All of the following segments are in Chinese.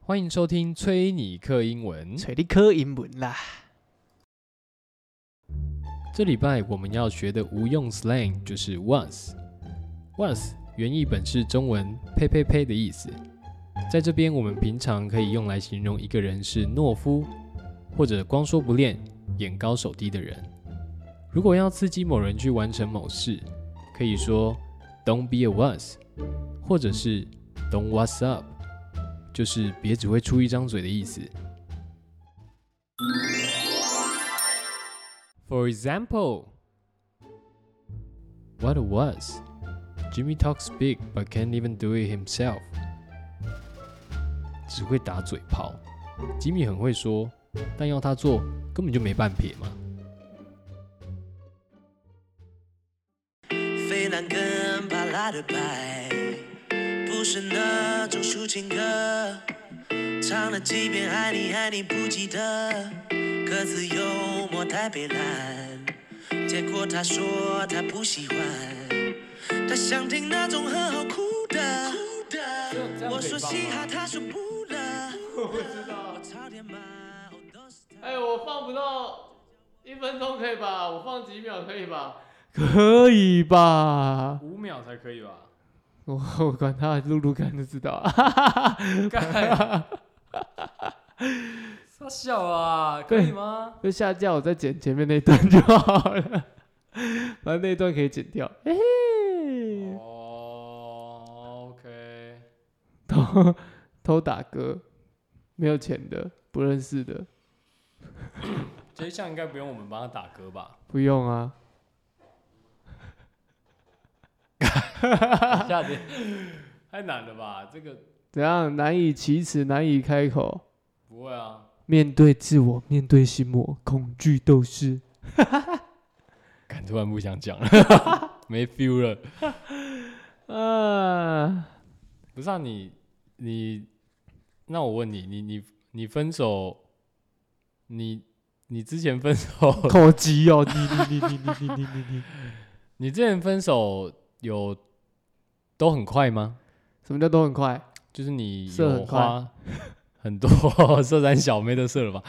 欢迎收听崔尼克英文。找你考英文啦。这礼拜我们要学的无用 slang 就是 once。once 原意本是中文“呸呸呸”的意思，在这边我们平常可以用来形容一个人是懦夫，或者光说不练、眼高手低的人。如果要刺激某人去完成某事，可以说 “Don't be a once”，或者是 “Don't what's up”，就是别只会出一张嘴的意思。For example, what it was. Jimmy talks big but can't even do it himself. 只会打嘴炮，吉米很会说，但要他做根本就没半撇嘛。飞兰跟巴拉的白，不是那种抒情歌，唱了几遍爱你爱你不记得，歌词幽默太北蓝，结果他说他不喜欢，他想听那种很好哭的，我说嘻哈，他说不了， 我不知道，我差点骂我都是 他。哎，我放不到一分钟可以吧？我放几秒可以吧？可以吧？ 五秒才可以吧？ 我我管他，录录看就知道啊。 傻笑啊，可以吗？就下架，我再剪前面那段就好了。 反正那一段可以剪掉。嘿嘿，哦，OK，偷偷打歌，没有钱的，不认识的，这一项应该不用我们帮他打歌 吧？不用啊。下点太难了吧？这个怎样？难以启齿，难以开口。不会啊。面对自我，面对心魔，恐惧斗士。敢突然不想 讲了，没 feel 了。啊，不是啊，你你，那我问你，你你你分手，你你之前分手，口急哦！你你你你你你你你，你之前分手有都很快吗？什么叫都很快？就是你射有很快花很多色胆小妹都射了吧？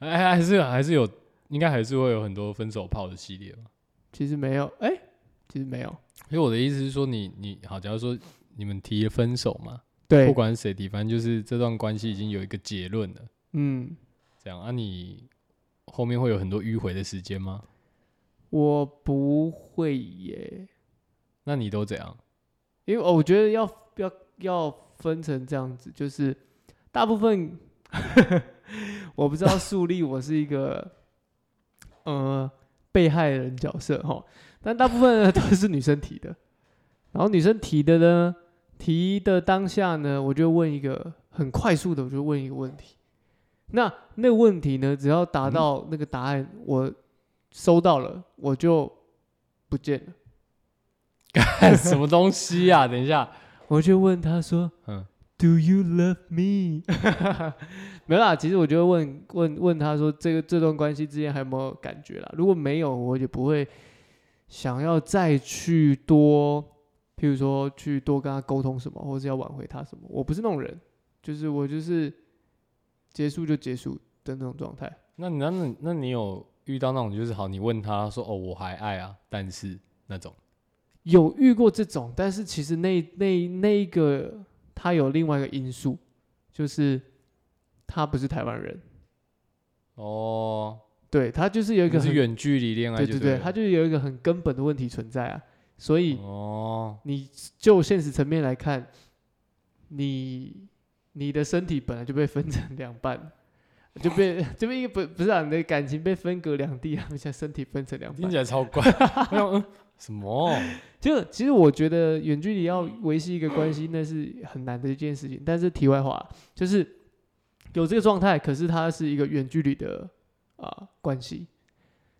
哎，还是还是有，应该还是会有很多分手炮的系列吧。其实没有，哎、其实没有。因为我的意思是说你，你好，假如说你们提分手嘛，对，不管是谁提，反正就是这段关系已经有一个结论了。嗯，这样啊，你后面会有很多迂回的时间吗？我不会耶，那你都怎 样？ 因为、哦、我觉得要要要分成这样子，就是大部分 我不知道树立我是一个呃被害人角色哈，但大部分呢 都是女生提的，然后女生提的呢，提的当下呢，我就问一个很快速的，我就问一个问题，那那个问题呢，只要达嗯到那个答案，我收到了，我就不见了。什么东西啊？等一下，我就问他说：“嗯，Do you love me？” 没啦，其实我就会问问问他说，这个这段关系之间还有没有感觉啦？如果没有，我也不会想要再去多，譬如说去多跟他沟通什么，或是要挽回他什么。我不是那种人，就是我就是结束就结束的那种状态。那你那那那你有遇到那种就是好，你问他说哦我还爱啊，但是那种有遇过这种，但是其实那那那一个他有另外一个因素，就是他不是台湾人。哦，对他就是有一你个是很远距离恋爱对就对对对，了，他就是有一个很根本的问题存在啊。所以哦，你就现实层面来看，你你的身体本来就被分成两半，就被 就被一个不不是啊，你的感情被分隔两地啊，现在身体分成两听半起。来超怪，我想嗯什么？就其实我觉得远距离要维系一个关系，那是很难的一件事情。但是题外话，就是有这个状态，可是它是一个远距离的啊、关系，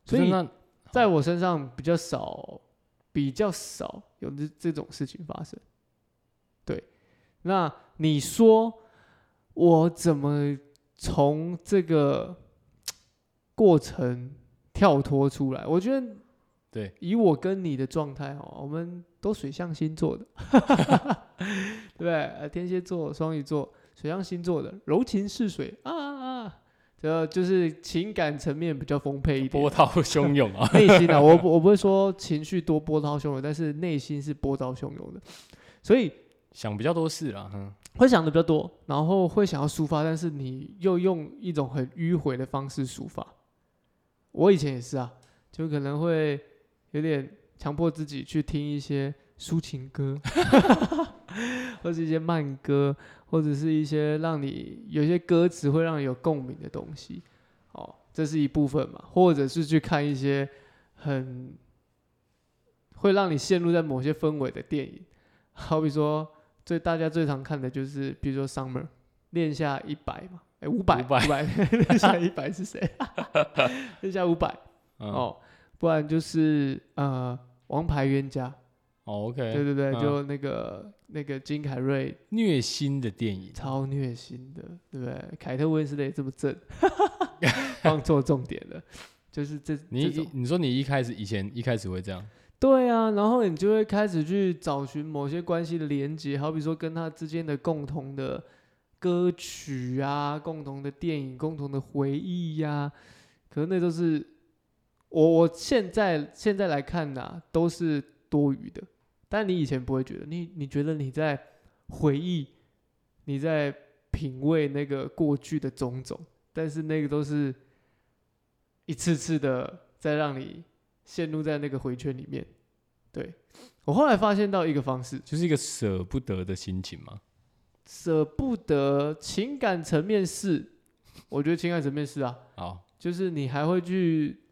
所可以是那在我身上比较少，比较少有这这种事情发生。对，那你说我怎么从这个过程跳脱出来？我觉得，对，以我跟你的状态哦，我 们都水象星座的，对不对？呃天蝎座、双鱼座，水象星座的柔情似水啊啊啊，这就是情感层面比较丰沛 一波点。涛汹涌啊！内心啊，我不我不会说情绪多波涛汹涌，但是内心是波涛汹涌的，所以想比较多事啦，嗯，会想的比较多，然后会想要抒发，但是你又用一种很迂回的方式抒发。我以前也是啊，就可能会有点强迫自己去听一些抒情歌， 或是一些慢歌，或者是一些让你有一些歌词会让你有共鸣的东西。哦，这是一部分嘛，或者是去看一些很会让你陷入在某些氛围的电影，好比说最大家最常看的就是，比如说 Summer 练下一百嘛，哎五百500百 练下一百是谁？ 练下五百嗯哦哦，不然就是呃王牌冤家，对，OK，对对，嗯就那个那个金凯瑞虐心的电影，超虐心的，对不对？凯特温斯莱这么正， 放错重点了，就是这你这种一你说你一开始以前一开始会这样，对啊，然后你就会开始去找寻某些关系的连接，好比说跟他之间的共同的歌曲啊、共同的电影、共同的回忆呀、可是那都是我我现在现在来看呐、都是多余的。但你以前不会觉得，你你觉得你在回忆，你在品味那个过去的种种，但是那个都是一次次的在让你陷入在那个回圈里面。对我后来发现到一个方式，就是一个舍不得的心情嘛。舍不得情感层面是，我觉得情感层面是啊，好，就是你还会去，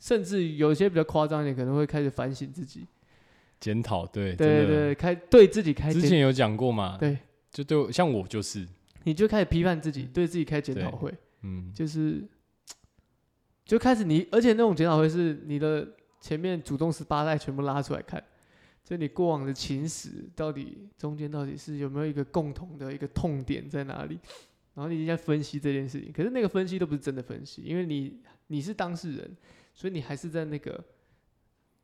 甚至有些比较夸张一点，可能会开始反省自己，检讨，对，对对真的，对，开对自己开之检，前有讲过嘛，对，就对我，像我就是，你就开始批判自己，对自己开检对讨会，嗯，就是就开始你，而且那种检讨会是你的前面主动十八代全部拉出来看，就你过往的情史到底中间到底是有没有一个共同的一个痛点在哪里，然后你已经在分析这件事情，可是那个分析都不是真的分析，因为你你是当事人，所以你还是在那个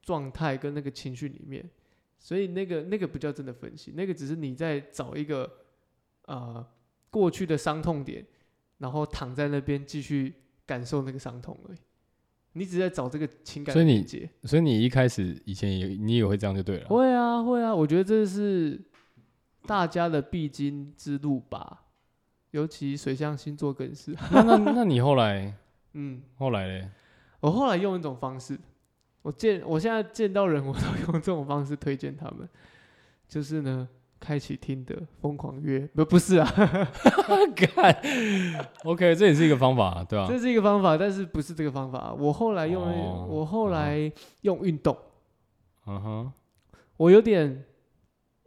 状态跟那个情绪里面，所以那个那个不叫真的分析，那个只是你在找一个呃过去的伤痛点。然后躺在那边继续感受那个伤痛而已。你只是在找这个情感所的以你连接。所以你一开始以前也你也会这样就对了，会啊，会啊，我觉得这是大家的必经之路吧，尤其水象星座更是。那那那你后来嗯，后来嘞，我后来用一种方式，我见我现在见到人，我都用这种方式推荐他们，就是呢，开启听的疯狂约，不不是啊，干，OK，这也是一个方法，对吧、这是一个方法，但是不是这个方法。啊我后来用了，啊哦我后嗯来用运动。嗯哼，我有点、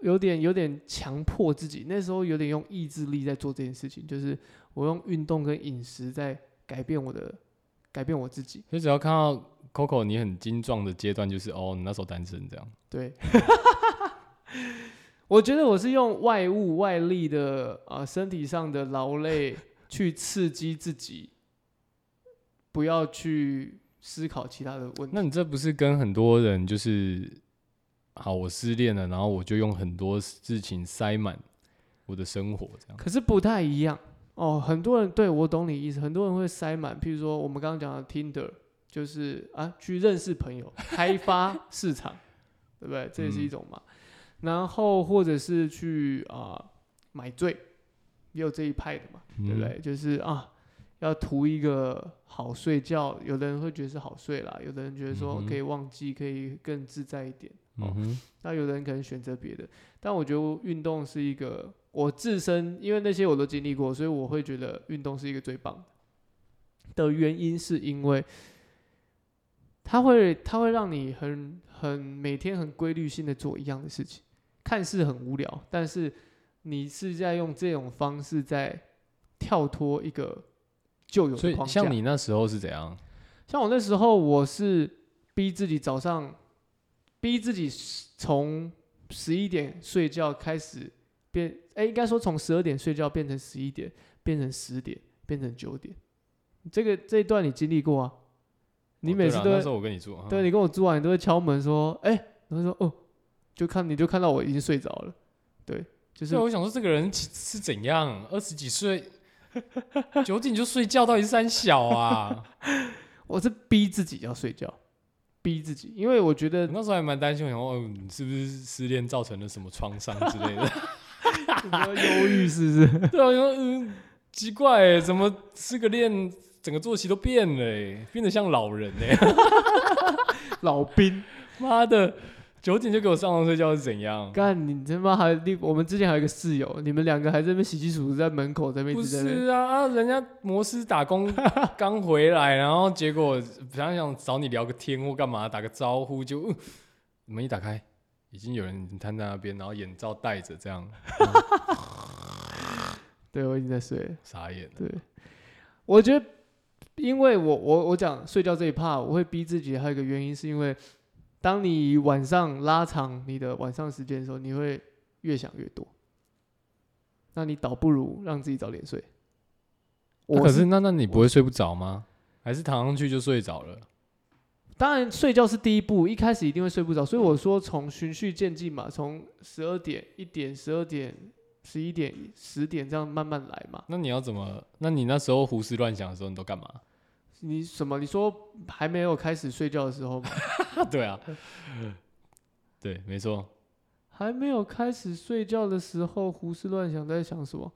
有点、有点强迫自己，那时候有点用意志力在做这件事情，就是我用运动跟饮食在改变我的、改变我自己。所以只要看到 Coco 你很精壮的阶段，就是哦，你那时候单身这样，对， 我觉得我是用外物、外力的啊、呃身体上的 劳累去刺激自己，不要去思考其他的问题。那你这不是跟很多人就是，好，我失恋了，然后我就用很多事情塞满我的生活这样，可是不太一样哦。很多人对我懂你意思，很多人会塞满，譬如说我们刚刚讲的 Tinder，就是啊去认识朋友，开发市场，对不对？这也嗯是一种嘛。然后或者是去啊、买醉，也有这一派的嘛，嗯对不对？就是啊。要图一个好睡觉，有的人会觉得是好睡啦，有的人觉得说嗯哼可以忘记，可以更自在一点。嗯哼，那有的人可能选择别的，但我觉得运动是一个我自身，因为那些我都经历过，所以我会觉得运动是一个最棒的。的原因是因为它会它会让你很很每天很规律性的做一样的事情，看似很无聊，但是你是在用这种方式在跳脱一个旧有所的以框架。像你那时候是怎样？像我那时候，我是逼自己早上，逼自己从十一点睡觉开始变，哎、应该说从十二点睡觉变成十一点，变成十点，变成九点。这个这一段你经历过啊？你哦每对次啦都会那时候我跟你住，嗯对你跟我住完，你都会敲门说，哎、然后说哦，就看你就看到我已经睡着了，对，就是对，我想说这个人是是怎样，二十几岁九点就睡觉，到底是三小啊？我是逼自己要睡觉，逼自己，因为我觉我 得那时候还蛮担心，我想说、哦、你是不是失恋造成了什么创伤之类的？ 你说忧郁是不是？ 对啊，我想说嗯，奇怪欸，怎么失个恋，整个作息都变了欸，变得像老人哎，老兵 妈的，九点就给我上床睡觉是怎样？干你他妈还你我们之前还有一个室友，你们两个还在那边洗洗漱漱在门口在那边不一直在那边是啊，啊，人家摩斯打工 刚回来，然后结果想想找你聊个天或干嘛，打个招呼就、嗯门一打开，已经有人瘫在那边，然后眼罩戴着，这样对我已经在睡了。傻眼了。对，我觉得，因为我我我讲睡觉这一趴，我会逼自己，还有一个原因是因为，当你晚上拉长你的晚上时间的时候，你会越想越多，那你倒不如让自己早点睡。那我啊可是那那你不会睡不着吗？还是躺上去就睡着了？当然，睡觉是第一步，一开始一定会睡不着，所以我说从循序渐进嘛，从十二点、一点、十二点、十一点、十点这样慢慢来嘛。那你要怎么？那你那时候胡思乱想的时候，你都干嘛？ 你什么？你说还没有开始睡觉的时候吗？啊，对啊，对，没错，还没有开始睡觉的时候胡思乱想，在想什么，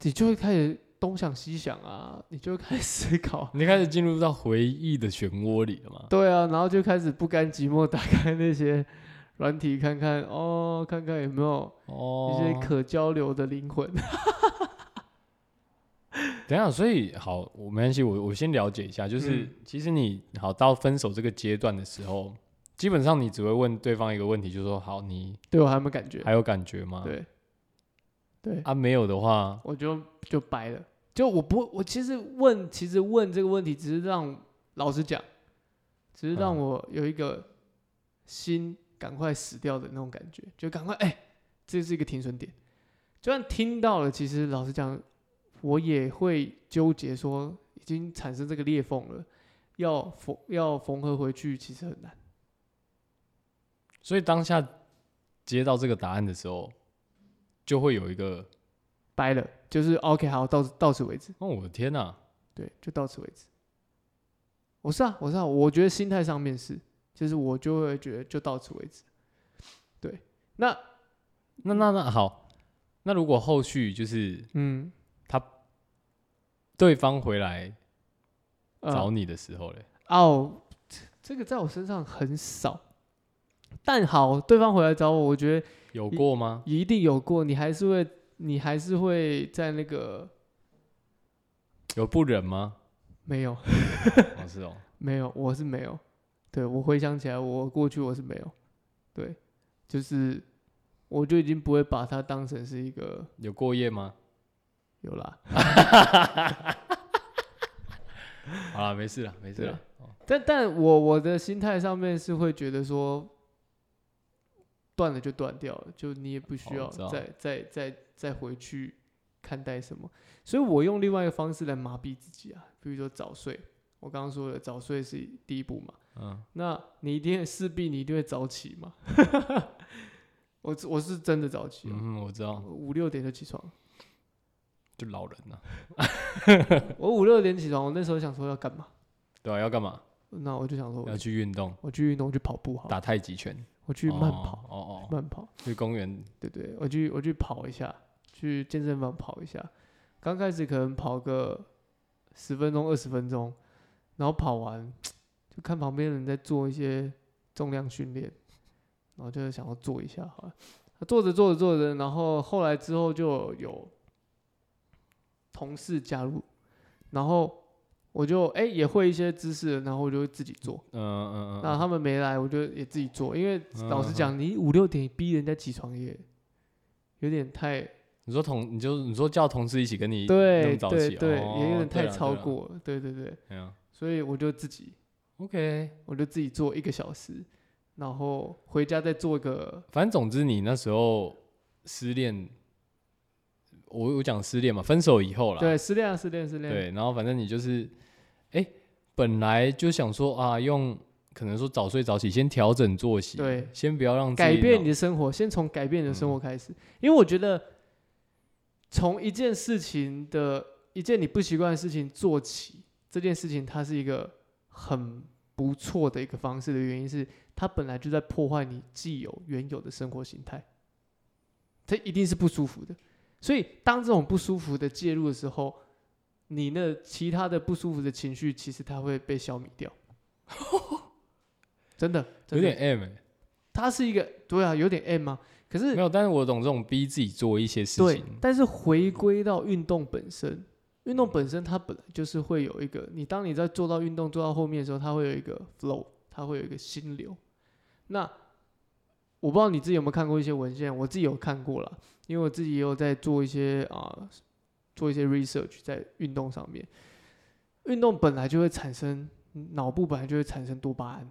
你就会开始东想西想啊，你就会开始思考。你开始进入到回忆的漩涡里了嘛？对啊，然后就开始不甘寂寞，打开那些软体看看哦，看看有没有哦一，些可交流的灵魂。等一下，所以好，我没关系，我我先了解一下，就是、嗯其实你好到分手这个阶段的时候，基本上你只会问对方一个问题，就是说好，你对我还没有感觉。还有感觉吗？对，对，啊，没有的话，我就就掰了。就我不，我其实问，其实问这个问题，只是让老实讲，只是让嗯我有一个心赶快死掉的那种感觉，就赶快哎、这是一个停损点。就算听到了，其实老实讲，我也会纠结说，已经产生这个裂缝了，要缝要缝合回去，其实很难。所以当下接到这个答案的时候，就会有一个，掰了，就是 OK，好，到此到此为止。哦，我的天哪、对，就到此为止。我是啊，我是啊，我觉得心态上面是，就是我就会觉得就到此为止。对，那那那那好，那如果后续就是嗯，对方回来呃找你的时候嘞，哦，这个在我身上很少，但好，对方回来找我，我觉得有过吗？一定有过，你还是会，你还是会在那个有不忍吗？没有哦，是哦，没有，我是没有。对我回想起来，我过去我是没有，对，就是我就已经不会把它当成是一个有过夜吗？有啦， 好了，没事了，没事啊了。但但我我的心态上面是会觉得说，断了就断掉了，就你也不需哦要我知道再、再再再回去看待什么，所以我用另外一个方式来麻痹自己啊，比如说早睡，我刚刚说了早睡是第一步嘛，嗯，那你一定势必你一定会早起嘛， 我是我是真的早起、啊，嗯，我知道，我五六点就起床，就老人啊呐、我五六点起床，我那时候想说要干嘛，对啊，要干嘛？那我就想说要我去运动，我去运动去跑步好了，打太极拳，我哦去慢跑、哦哦哦，慢跑。去公园，对对，我去我去跑一下，去健身房跑一下。刚开始可能跑个十分钟、二十分钟，然后跑完就看旁边人在做一些重量训练，然后就是想要做一下好了。做着做着做着，然后后来之后就有同事加入，然后我就哎、也会一些知识了，然后我就会自己做。嗯嗯嗯那嗯，他们没来，我就也自己做，因为嗯老实讲，你五六点逼人家起床也有点太你说同，你就你说叫同事一起跟你那对么早对起，对，哦也有点太对啊超过了，对对对，对啊所以我就自己，OK，我就自己做一个小时，然后回家再做个反正总之你那时候失恋，我我讲失恋嘛，分手以后啦，对失恋啊失恋失恋，对，然后反正你就是，哎、本来就想说啊，用可能说早睡早起，先调整作息，对，先不要让自己改变脑嗯你的生活，先从改变你的生活开始，因为我觉得从一件事情的一件你不习惯的事情做起，这件事情它是一个很不错的一个方式的原因是，它本来就在破坏你既有原有的生活形态，它一定是不舒服的。所以当这种不舒服的介入的时候，你那其他的不舒服的情绪，其实它会被消弭 掉。真的，真的有点 M，、欸、它是一个对啊，有点 M 嘛。可是没有，但是我懂这种逼自己做一些事对情，，但是回归到运动本身，运动本身它本来就是会有一个，你当你在做到运动做到后面的时候，它会有一个 flow，它会有一个心流。那我不知道你自己有没有看过一些文献，我自己有看过啦，因为我自己也有在做一些啊、做一些 research 在运动上面。运动本来就会产生脑部本来就会产生多巴胺，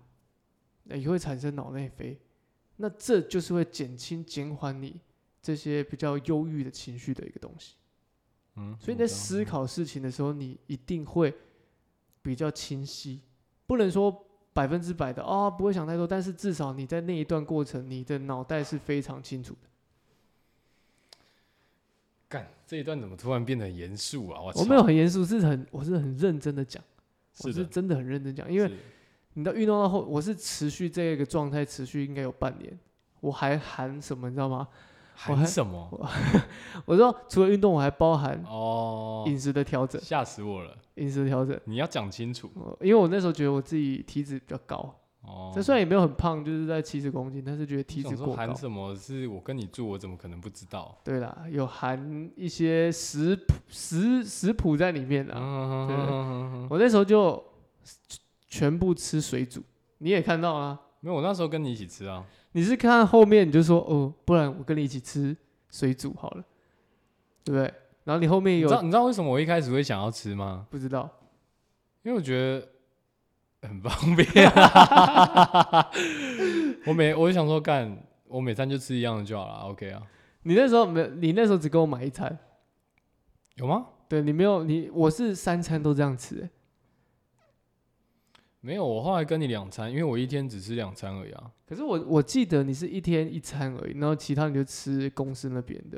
呃也会产生脑内啡，那这就是会减轻减缓你这些比较忧郁的情绪的一个东西。嗯，所以你我知在道思考事情的时候，你一定会比较清晰，不能说百分之百的啊、不会想太多，但是至少你在那一段过程，你的脑袋是非常清楚的。干这一段怎么突然变得很严肃啊？我我没有很严肃，是很我是很认真的讲，操，我是是的，真的很认真讲，因为是你到运动到后，我是持续这个状态持续应该有半年，我还含什么你知道吗？我喊还什么？我知道除了运动，我还包含哦，饮食的调整，吓死我了！饮食的调整。你要讲清楚我因为我那时候觉得我自己体脂比较高，哦。这虽然也没有很胖，就是在七十公斤，但是觉得体我脂想说过喊高。什么？是我跟你住，我怎么可能不知道？对啦，有含一些食谱食食谱在里面啦。对嗯，我那时候就全部吃水煮，你也看到啦。没有，我那时候跟你一起吃啊。你是看后面你就说哦，不然我跟你一起吃水煮好了，对不对？然后你后面你有知道你知道为什么我一开始会想要吃吗？不知道？因为我觉得很方便、 啊。我每我就想说，干，我每餐就吃一样的就好了，OK 啊？你那时候没有，你那时候只给我买一餐，有吗？对你没有你我是三餐都这样吃、欸没有，我后来跟你两餐，因为我一天只吃两餐而已啊。可是我我记得你是一天一餐而已，然后其他你就吃公司那边的，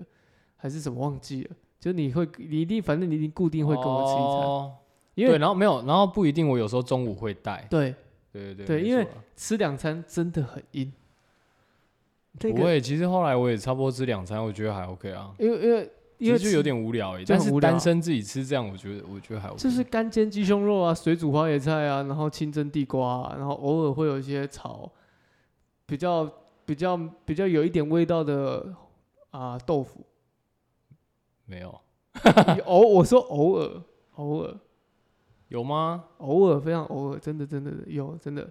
还是什么忘记了？就你会，你一定，反正你一定固定会跟我吃一餐，哦因为对，然后没有，然后不一定，我有时候中午会带。对对对对没因为错啊吃两餐真的很硬。那不个，会，其实后来我也差不多吃两餐，我觉得还 OK 啊。因为因为因其为实就吃有点无聊而已，就但很是无聊啊单身自己吃这样，我觉得我觉得还 OK。就是干煎鸡胸肉啊，水煮花椰菜啊，然后清蒸地瓜、啊，然后偶尔会有一些炒比较比较比较有一点味道的啊、豆 腐。没有偶我说偶尔偶尔，有吗？偶尔非常偶尔，真的真的有真的，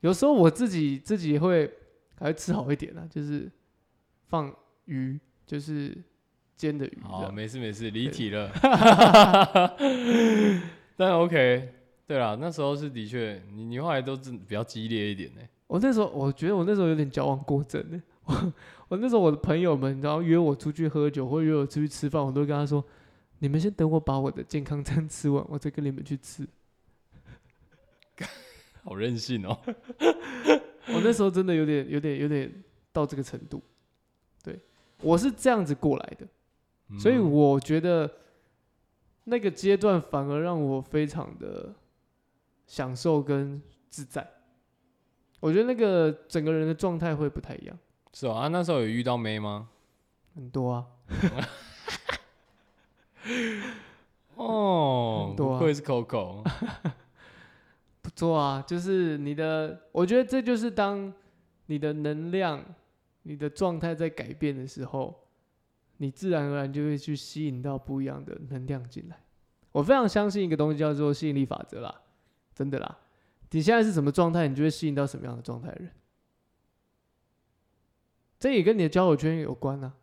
有时候我自己自己会还会吃好一点啊，就是放鱼，就是煎的鱼这好，样。没事没事，离题了。 但 OK，对啦，那时候是的确，你你后来都是比较激烈一点呢、我那时候我觉得我那时候有点矫枉过正呢， 我我那时候我的朋友们，然后约我出去喝酒或约我出去吃饭，我都会跟他说：“你们先等我把我的健康餐吃完，我再跟你们去吃。”好任性哦、我那时候真的有点、有点、有点到这个程度。对，我是这样子过来的， 所以嗯我觉得那个阶段反而让我非常的享受跟自在。我觉得那个整个人的状态会不太一样，是哦啊，那时候有遇到妹吗？很多啊。哦，很多不啊愧是 Coco，不错啊，就是你的，我觉得这就是当你的能量、你的状态在改变的时候，你自然而然就会去吸引到不一样的能量进来。我非常相信一个东西叫做吸引力法则啦，真的啦。你现在是什么状态，你就会吸引到什么样的状态的人。这也跟你的交友圈有关啊，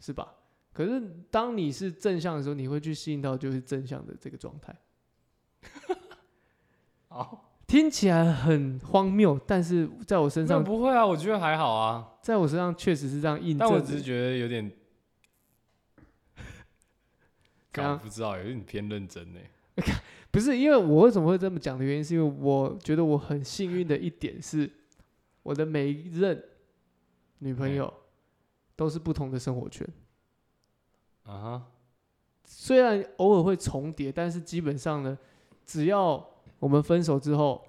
是吧？可是当你是正向的时候，你会去吸引到就是正向的这个状态。好，听起来很荒谬，但是在我身那上，不会啊，我觉得还好啊，在我身上确实是这样印证的。但我只是觉得有 点，怎搞样不知道，有点偏认真呢、不是因为我为什么会这么讲的原因，是因为我觉得我很幸运的一点是，我的每一任女朋嗯友都是不同的生活圈，啊哈，虽然偶尔会重叠，但是基本上呢，只要我们分手之后，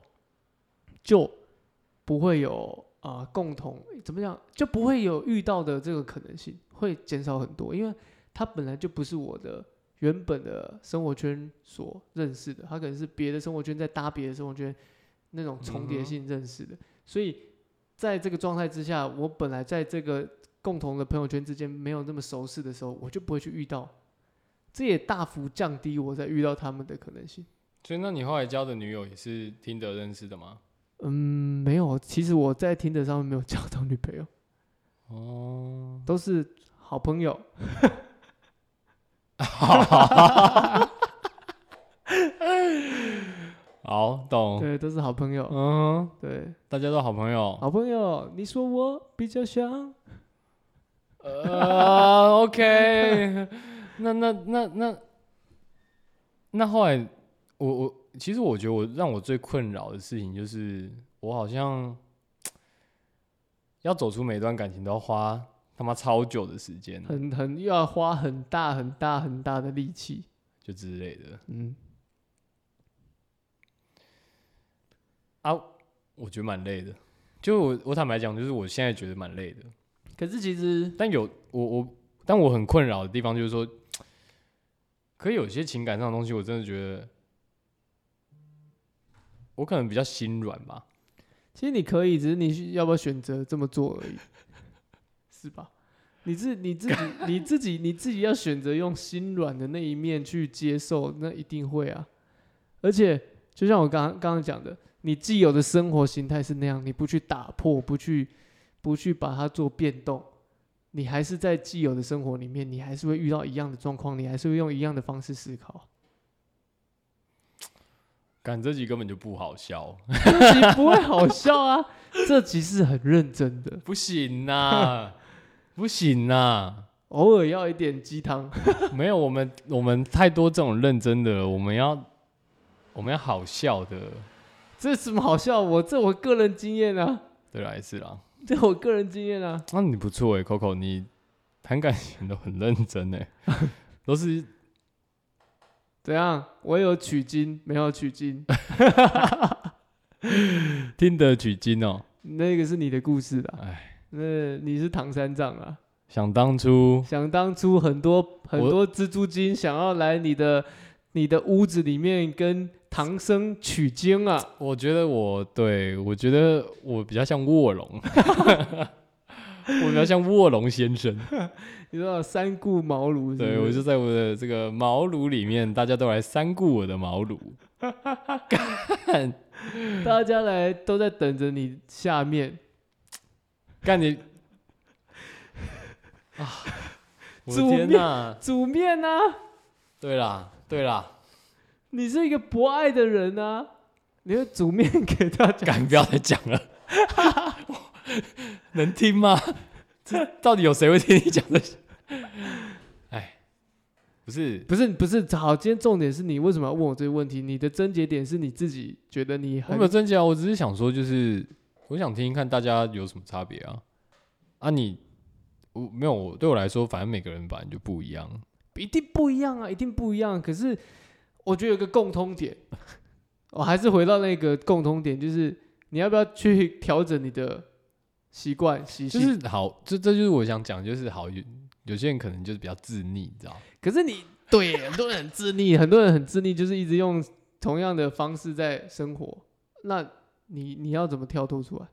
就不会有啊、呃共同怎么讲，就不会有遇到的这个可能性会减少很多，因为他本来就不是我的原本的生活圈所认识的，他可能是别的生活圈在搭别的生活圈那种重叠性认识的，所以在这个状态之下，我本来在这个共同的朋友圈之间没有那么熟识的时候，我就不会去遇到，这也大幅降低我在遇到他们的可能性。所以那你后来交的女友也是听得认识的吗？嗯，没有，其实我在听的上面没有交到女朋友，哦，都是好朋友。好懂，对，都是好朋友。哦嗯，哦对，大家都好朋友。好朋友，你说我比较像，呃，OK，那那那那那后来，我我其实我觉得我让我最困扰的事情就是，我好像要走出每一段感情都要花他妈超久的时间，很很又要花很大很大很大的力气。就之类的嗯，啊，我觉得蛮累的。就我我坦白讲，就是我现在觉得蛮累的。可是其实但有我我，但我很困扰的地方就是说，可有些情感上的东西，我真的觉得，我可能比较心软吧。其实你可以，只是你需要不要选择这么做而已， 是吧？你自你自己你自己你自己要选择用心软的那一面去接受，那一定会啊。而且就像我刚刚刚刚讲的，你既有的生活形态是那样，你不去打破，不去不去把它做变动，你还是在既有的生活里面，你还是会遇到一样的状况，你还是会用一样的方式思考。感这集根本就不好笑， 这集不会好笑啊，这集是很认真的。不行呐、 不行呐、偶尔要一点鸡汤。没有我们我们太多这种认真的了，我们要我们要好笑的，这有什么好笑？我这我个人经验啊， 对啦，也是啦。这我个人经验啊。那、你不错哎、c o c o 你谈感情都很认真哎、 都是怎样？我有取经，没有取经， 听得取经哦、那个是你的故事啦。哎，那你是唐三藏啊？想当初想当初很多很我多蜘蛛精想要来你的你的屋子里面跟唐僧取经啊。我觉得我对我觉得我比较像卧龙， 我比较像卧龙先生。你知道三顾茅庐是不是对我就在我的这个茅庐里面，大家都来三顾我的茅庐。大家来都在等着你下面干 你啊！我的煮天面哪、煮面啊。对啦，对啦，你是一个博爱的人啊，你会煮面给大家干不要再讲了， 能听吗？这到底有谁会听你讲这些？哎，不是，不是不是，好，今天重点是你为什么要问我这个问题？你的症结点是你自己觉得你我很没有真假，我只是想说，就是我想听听看大家有什么差别啊啊你！我没有，我对我来说，反正每个人本来就不一样。一定不一样啊，一定不一样。可是我觉得有个共通点， 我还是回到那个共通点，就是你要不要去调整你的习惯习就性？是好，这这就是我想讲，就是好有有些人可能就是比较自溺，你知道？可是你 对耶很多人很自溺，很多人很自溺，就是一直用同样的方式在生活。那你你要怎么跳脱出来？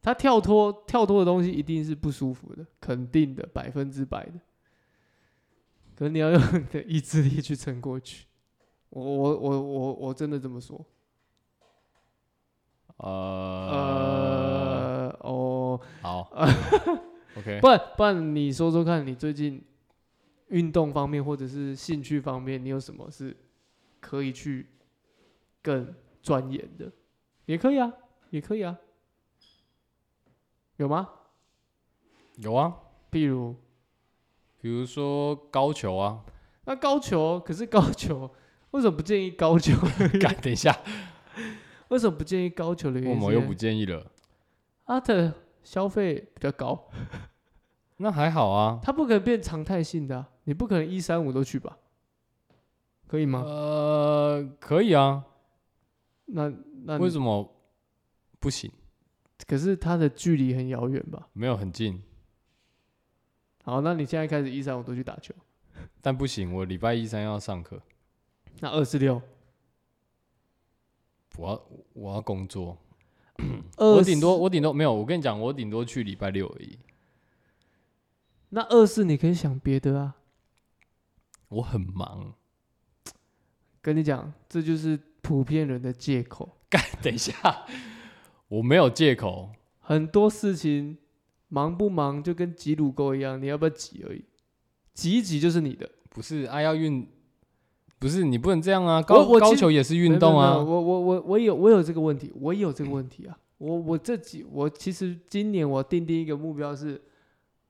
他跳脱跳脱的东西一定是不舒服的，肯定的，百分之百的。可是你要用你的意志力去撑过去。我我我我我真的这么说。呃，呃，哦，好，OK，不然不然你说说看，你最近运动方面或者是兴趣方面，你有什么是可以去更钻研的？也可以啊，也可以啊，有吗？有啊，比如比如说高球啊，那高球，可是高球为什么不建议 高球？干，等一 下，为什么不建议高球的原我因是们因又为不建议了。它的消费比较高，那还好啊。它不可能变常态性的啊、你不可能一三五都去吧？可以吗？呃，可以啊，那那为么？什么不行？可是它的距离很遥远吧？没有很近，好，那你现在开始一三五都去打球，但不行，我礼拜一三要上课，那二四六，我要我要工作，我我顶多我顶多没有，我跟你讲，我顶多去礼拜六而已。那二四你可以想别的啊。我很忙， 跟你讲，这就是普遍人的借口。等一下，我没有借口，很多事情忙不忙就跟挤乳沟一样，你要不要挤而已，挤一挤就是你的不是啊，要运，不是你不能这样啊，我高我其高实球也是运动没有没有啊，没有我我我我有我有这个问题，我也有这个问题啊。我我这几我其实今年我定定一个目标是，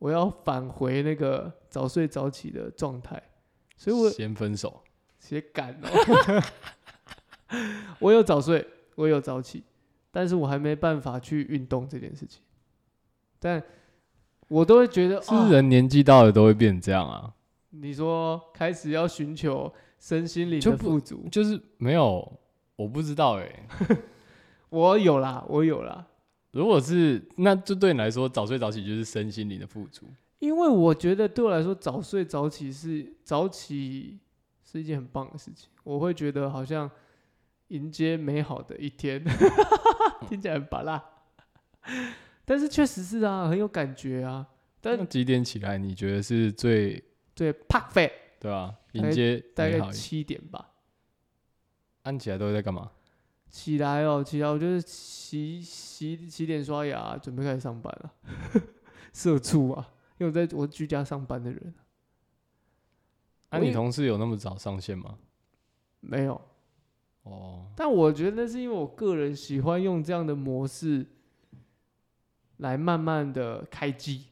我要返回那个早睡早起的状态，所以我先分手，写赶哦。 我有早睡，我有早起，但是我还没办法去运动这件事情。但我都会觉得，是不是啊、人年纪到了都会变这样啊，你说开始要寻求身心灵就的不富足，就是没有，我不知道哎、我有啦，我有啦，如果是那就对你来说，早睡早起就是身心灵的富足，因为我觉得对我来说，早睡早起是早起是一件很棒的事情，我会觉得好像迎接美好的一天， 听起来很拔辣，但是确实是啊，很有感觉啊。但那几点起来你觉得是最对，啪费对吧、啊？大迎概接大美概好一，七点吧，按起来都在干嘛？起来哦，起来，我就是洗洗洗脸、刷牙，准备开始上班了、 社畜啊，因为我在我是居家上班的人，那、我啊你也同事有那么早上线吗？没有。哦，但我觉得那是因为我个人喜欢用这样的模式来慢慢的开机。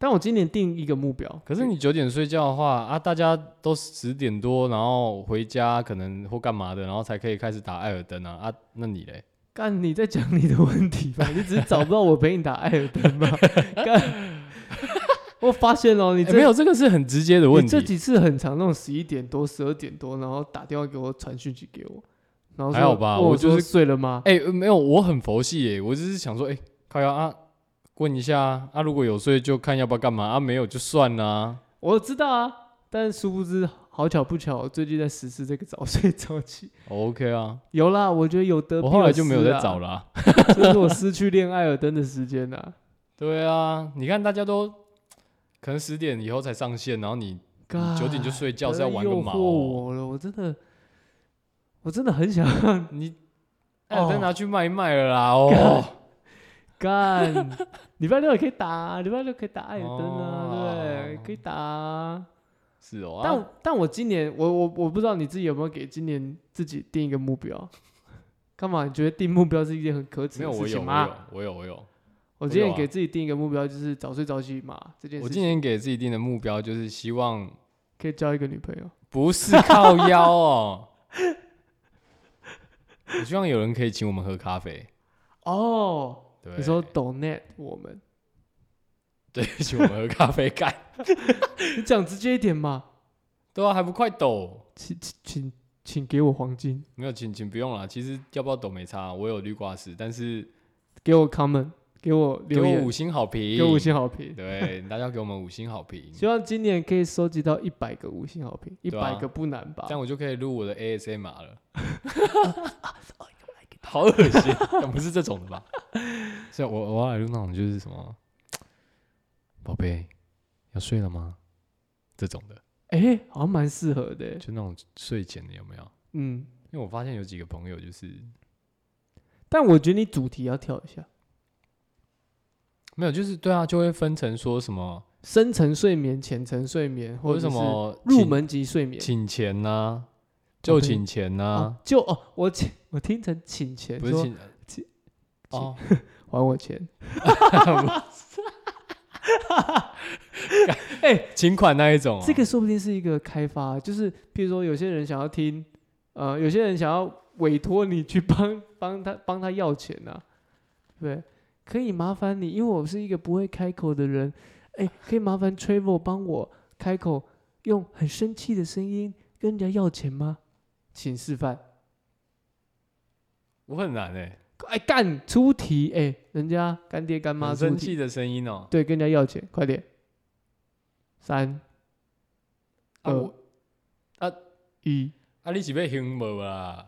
但我今年定一个目标，可是你九点睡觉的话啊，大家都十点多，然后回家可能或干嘛的，然后才可以开始打艾尔登啊啊，那你嘞？干你在讲你的问题吧，你只是找不到我陪你打艾尔登吧？干，我发现哦，你欸这、没有，这个是很直接的问你这题。几次很长，那种十一点多、十二点多，然后打电话给我、传讯息给我，然后说还好吧问我我就是说睡了吗？哎、呃没有，我很佛系耶、我只是想说，哎、靠腰啊，问一下啊，啊如果有睡就看要不要干嘛啊，没有就算啦、我知道啊，但殊不知，好巧不巧，我最近在实施这个早睡早起。 OK 啊，有啦，我觉得有得。我后来就没有再找 了了，啊、这是我失去恋爱尔登的时间呐。对啊，你看大家都可能十点以后才上线，然后你九点就睡觉是要哎玩个毛哦、诱惑我了，我真的，我真的很想让你哦哎，再拿去卖一卖了 啦哦。 干。礼拜六也可以打啊，礼拜六可以打艾尔登啊，哦对不对？可以打啊。是哦，但啊、我但我今年，我我我不知道你自己有没有给今年自己定一个目标。 干嘛？你觉得定目标是一件很可耻没有的我事有情我吗有？我有我有，我今我有年啊给自己定一个目标，就是早睡早起嘛。这件我事今情年给自己定的目标就是希望可以交一个女朋友。不是靠腰 哦，我希望有人可以请我们喝咖啡。哦，对，你说 donate 我们，对，请我们喝咖啡 干，你讲直接一点嘛，对啊，还不快抖？请请请请给我黄金，没有，请请不用啦。其实要不要抖没差，我有绿挂式，但是给我 comment，给我给留我五言，星好评，给我五星好评。对，大家给我们五星好评，希望今年可以收集到一百个五星好评，一对啊百个不难吧这？样我就可以录我的 ASMR 了。好恶心，但不是这种的吧？是啊我我要来录那种就是什么，宝贝要睡了吗？这种的，哎，好像蛮适合的欸。就那种睡前的有没有？嗯，因为我发现有几个朋友就是但我觉得你主题要跳一下，没有，就是对啊，就会分成说什么深层睡眠、浅层睡眠，或或者者什是么入请门级睡眠。请钱呐、就请钱呐、哦，就哦，我请我听成请钱，不是说请请哦，还我钱。请款那一种、哦。这个说不定是一个开发，就是譬如说有些人想要听，呃，有些人想要委托你去帮 帮他帮他要钱呐、啊，对不对，可以麻烦你，因为我是一个不会开口的人，哎，可以麻烦 Travel 帮我开口，用很生气的声音跟人家要钱吗？请示范。我很难哎、哎，干出题哎，人家干爹干妈很出生题，气的声音哦。对，跟人家要钱，快点，三啊呃我一。啊你是要凶无啊？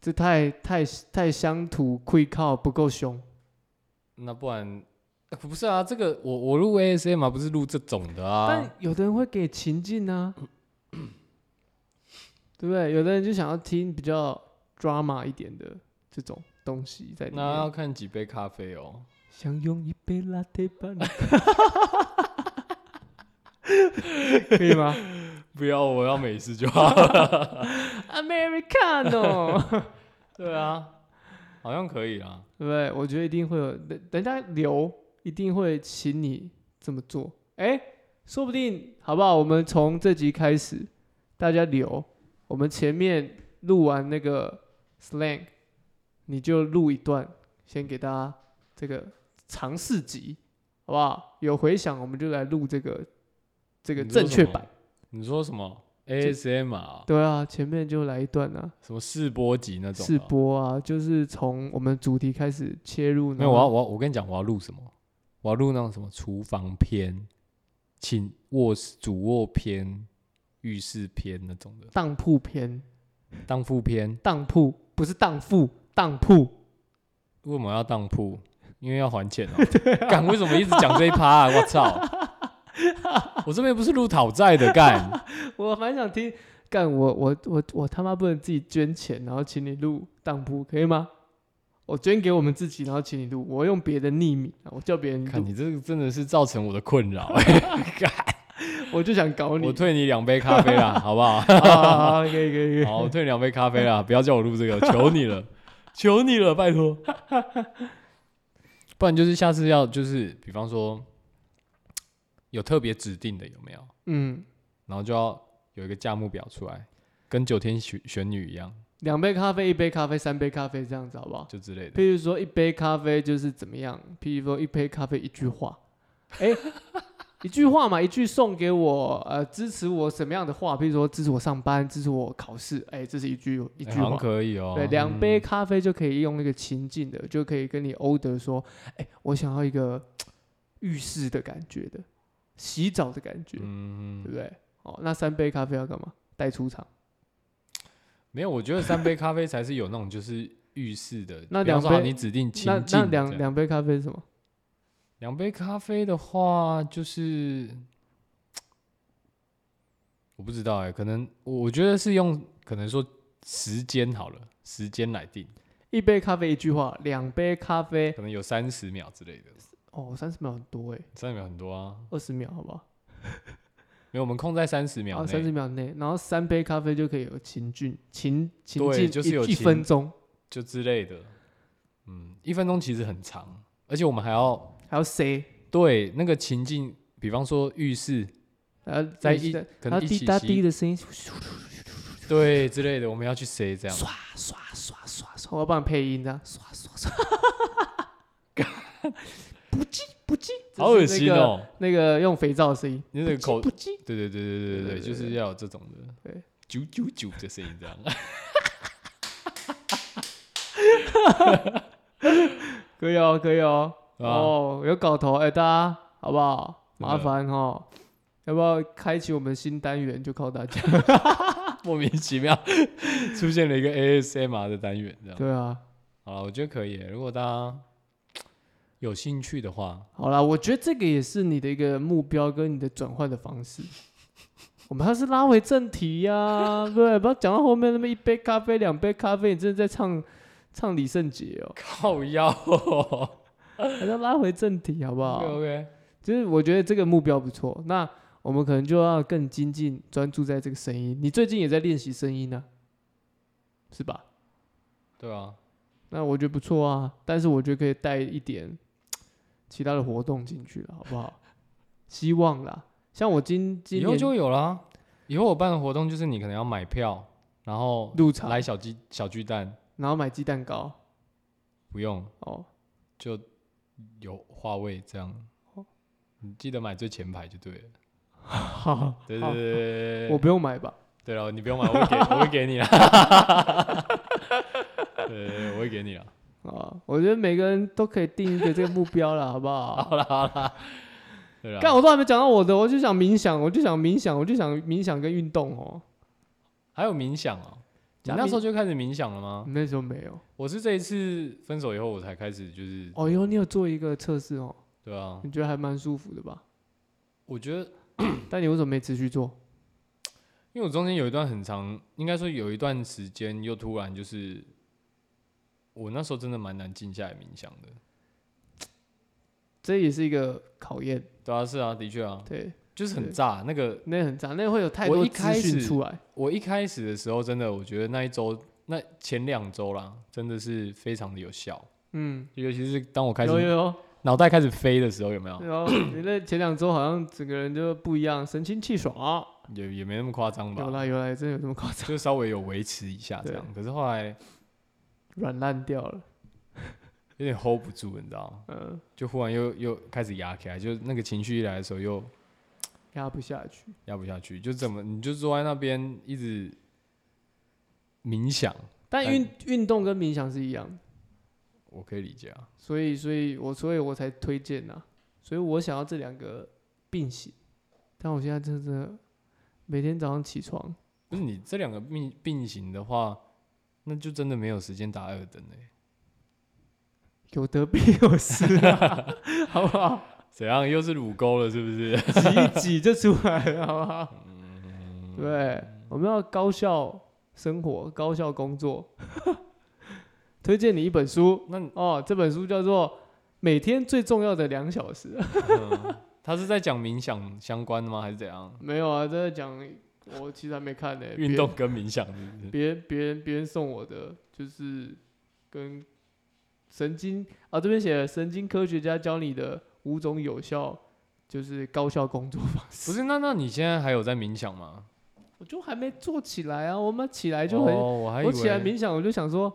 这太太太乡土，愧靠不够凶。那不然、呃不是啊？这个我我录 ASM 啊，不是录这种的但啊。有的人会给情境啊， 对不对？有的人就想要听比较 drama 一点的这种东西在里那要面。看几杯咖啡哦。想用一杯 latte 把你， 可 以 吗不要，我要美式就 好。 ？Americano，对啊，好像可以啊啦。对不对？我觉得一定会有人，人家留一定会请你这么做。哎，说不定好不好？我们从这集开始，大家留，我们前面录完那个 slang，你就录一段，先给大家这个尝试集，好不好？有回响我们就来录这个这个你说正确什么版。你说什么 ASM 啊？对啊，前面就来一段啊，什么试播集那种？试。播啊，就是从我们主题开始切入。没有，我要我要我跟你讲，我要录什么？我要录那种什么厨房篇、寝卧室主卧篇、浴室篇那种的，当铺篇。当铺篇。当铺，不是当铺，当铺。为什么要当铺？因为要还钱哦、干、为什么一直讲这一趴、啊？我操！我这边不是录讨债的干， 我蛮想听，干我我我我他妈不能自己捐钱，然后请你录当铺，可以吗？我捐给我们自己，然后请你录，我用别的匿名，我叫别人看录，你这个真的是造成我的困扰、我就想搞你。哦我退你两杯咖啡啦，好不好？好好好可以可以可以。好，我退你两杯咖啡啦，不要叫我录这个，求你了，求你了，拜托。不然就是下次要就是，比方说有特别指定的有没有？嗯，然后就要有一个价目表出来，跟九天玄玄女一样，两杯咖啡，一杯咖啡，三杯咖啡，这样子好不好？就之类的。譬如说一杯咖啡就是怎么样，譬如说一杯咖啡一句话，哎、一句话嘛，一句送给我呃支持我什么样的话，譬如说支持我上班，支持我考试，哎、这是一句一哎句好像话。可以哦。对，两杯嗯咖啡就可以用那个情境的，就可以跟你 order 说，哎、我想要一个浴室的感觉的，洗澡的感觉，嗯对不对？哦，那三杯咖啡要干嘛？带出场。没有，我觉得三杯咖啡才是有那种就是浴室的。那比方两说好杯你指定那情境的这那两样两杯咖啡是什么？两杯咖啡的话，就是我不知道哎、可能我我觉得是用可能说时间好了，时间来定，一杯咖啡一句话，两杯咖啡可能有三十秒之类的，哦，三十秒很多哎、三十秒很多啊，二十秒好不好？没有，我们控在三十秒啊，内三十，秒内，然后三杯咖啡就可以有情境情情对境，就是一有一情分钟，就之类的，嗯，一分钟其实很长，而且我们还要还要 say，对那个情境，比方说浴室，然后在一可然后能一滴起答洗滴的声音，对之类的，我们要去谁这样，刷刷刷刷，我要帮你配音这样，刷刷刷，不叽不叽，这好恶是心那个哦、那个用肥皂的声音，你那个口不叽，对对对对对对对对，对就对是要有这种的，对，九九九的声音这样。 可以哦，可以哦，是吧哦，有搞头，哎，大家好不好？麻真的烦哦，要不要开启我们新单元？就靠大家。 莫名其妙 出现了一个 ASMR 的单元，这样。对啊，好了，我觉得可以耶。如果大家有兴趣的话，好啦，我觉得这个也是你的一个目标跟你的转换的方式。我们还是拉回正题呀、 对不对，不要讲到后面那么一杯咖啡、两杯咖啡，你真的在唱唱李圣杰哦，靠腰、 还是要拉回正题好不 OK 好？ OK，就是我觉得这个目标不错，那我们可能就要更精进，专注在这个声音。你最近也在练习声音呢、啊是吧？对啊，那我觉得不错啊，但是我觉得可以带一点其他的活动进去了，好不好？希望啦，像我今今以后年就有啦。以后我办的活动就是你可能要买票，然后入场来小鸡小巨蛋，然后买鸡蛋糕不用哦，就有话位这样。你记得买最前排就对了。好，对对好对对对对，我不用买吧？对了，你不用买，我会给，我会给你啦。 对对对，我会给你啦。 啊，我觉得每个人都可以定一个这个目标了，好不好？ 好啦好啦，对啦。干，我都还没讲到我的，我就想冥想，我就想冥想，我就想冥想跟运动哦。还有冥想哦、你假那冥时候就开始冥想了吗？那时候没有。我是这一次分手以后我才开始，就是哦哟，你有做一个测试哦，对啊，你觉得还蛮舒服的吧？我觉得，但你为什么没持续做？因为我中间有一段很长，应该说有一段时间又突然就是，我那时候真的蛮难静下来冥想的。这也是一个考验，对啊，是啊，的确啊，对，就是很对炸。那个那很长，那会有太我多一资开讯始出来。我一开始的时候，真的我觉得那一周，那前两周啦，真的是非常的有效，嗯，尤其是当我开有有始有，脑袋开始飞的时候，有没有？然后你那前两周好像整个人就不一样，神清气爽。也也没那么夸张有吧，啦有啦，真的有这么夸张？就稍微有维持一下这对样。可是后来软烂掉了，有点 hold 不住，你知道吗？嗯，就忽然又又开始压起来，就那个情绪一来的时候又压不下去。压不下去，就怎么你就坐在那边一直冥想，但哎运运动跟冥想是一样的。我可以理解啊。所以，所以我，所以我才推荐呐、所以我想要这两个并行，但我现在真的每天早上起床，不是你这两个并并行的话，那就真的没有时间打二等嘞、欸 有得必有失、啊，好不好？怎样？又是乳沟了是不是？挤一挤就出来了，好不好？ 嗯对，我们要高效生活，高效工作。 推荐你一本书那你哦，这本书叫做《每天最重要的两小时》。 他是在讲冥想相关的吗？还是怎样？没有啊，这在讲我其实还没看呢、运别动跟冥想是不是？别人别人别人送我的，就是跟神经啊这边写了神经科学家教你的五种有效，就是高效工作 法。不是，那那你现在还有在冥想吗？我就还没做起来啊，我们起来就很，哦、我还以我起来为冥想，我就想说，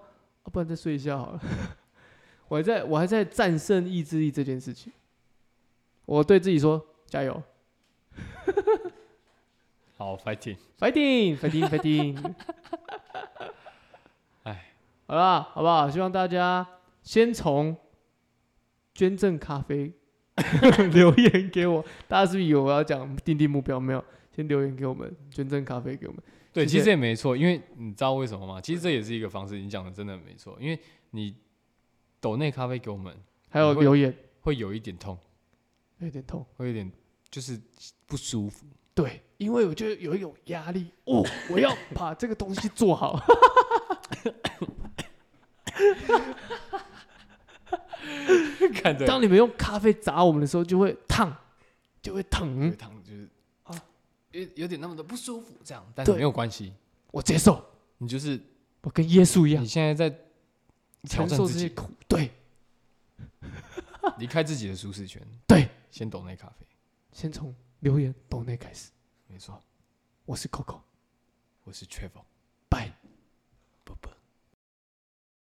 啊、不然再睡一下好了。 我还在我还在战胜意志力这件事情，我对自己说加油好 fighting。 ，fighting fighting fighting。哎，好啦，好不好？希望大家先从捐赠咖啡 留言给我。大家是不是以为我要讲定定目标？没有，先留言给我们，捐赠咖啡给我们。对，谢其谢实也没错，因为你知道为什么吗？其实这也是一个方式，你讲的真的没错，因为你抖内咖啡给我们还有你会留言，会有一点痛，有点痛。会有点就是不舒 服。 对，因为我觉得有一种压力哦，我要把这个东西做好。看着当你们用咖啡砸我们的时候，就会烫，就会疼会。烫，就是有有点那么的不舒服，这样，但哦对是没有关系，我接受，你就是我跟耶稣一样你现在在挑承战受自这些己，苦。对，离开自己的舒适圈，对，先抖内咖啡，先从留言抖内开始。没错，我是 Coco。我是 Travel。